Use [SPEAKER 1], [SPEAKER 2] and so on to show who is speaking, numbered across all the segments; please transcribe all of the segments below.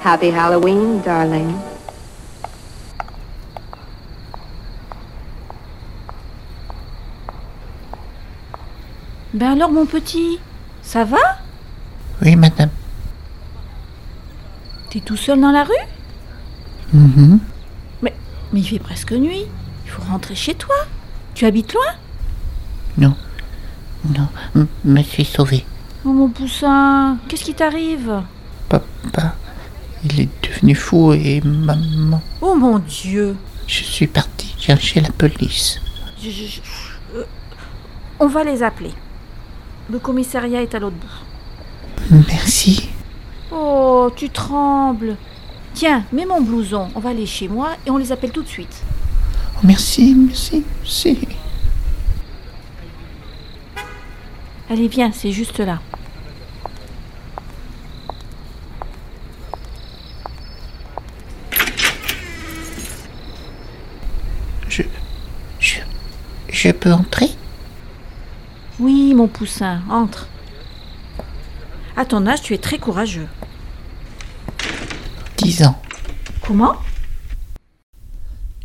[SPEAKER 1] Happy Halloween, darling.
[SPEAKER 2] Ben alors, mon petit, ça va
[SPEAKER 3] Oui, madame.
[SPEAKER 2] T'es tout seul dans la rue
[SPEAKER 3] Mhm.
[SPEAKER 2] Mais il fait presque nuit. Il faut rentrer chez toi. Tu habites loin
[SPEAKER 3] Non. Non, m- me suis sauvé.
[SPEAKER 2] Oh, mon poussin, qu'est-ce qui t'arrive
[SPEAKER 3] Papa, il est devenu fou et maman.
[SPEAKER 2] Oh mon Dieu
[SPEAKER 3] Je suis parti chercher la police.
[SPEAKER 2] Je- je- je- euh, On va les appeler. Le commissariat est à l'autre bout.
[SPEAKER 3] Merci.
[SPEAKER 2] Oh, tu trembles. Tiens, mets mon blouson. On va aller chez moi et on les appelle tout de suite.
[SPEAKER 3] Oh, merci, merci, merci.
[SPEAKER 2] Allez, viens, c'est juste là.
[SPEAKER 3] Je. Je. Je peux entrer
[SPEAKER 2] Oui, mon poussin, entre. À ton âge, tu es très courageux.
[SPEAKER 3] 10 ans.
[SPEAKER 2] Comment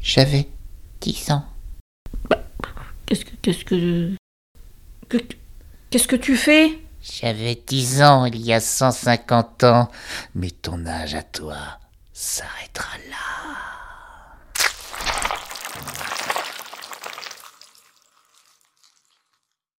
[SPEAKER 3] J'avais 10 ans.
[SPEAKER 2] Qu'est-ce que. Qu'est-ce que. que- Qu'est-ce que tu fais
[SPEAKER 3] J'avais 10 ans il y a 150 ans. Mais ton âge à toi s'arrêtera là.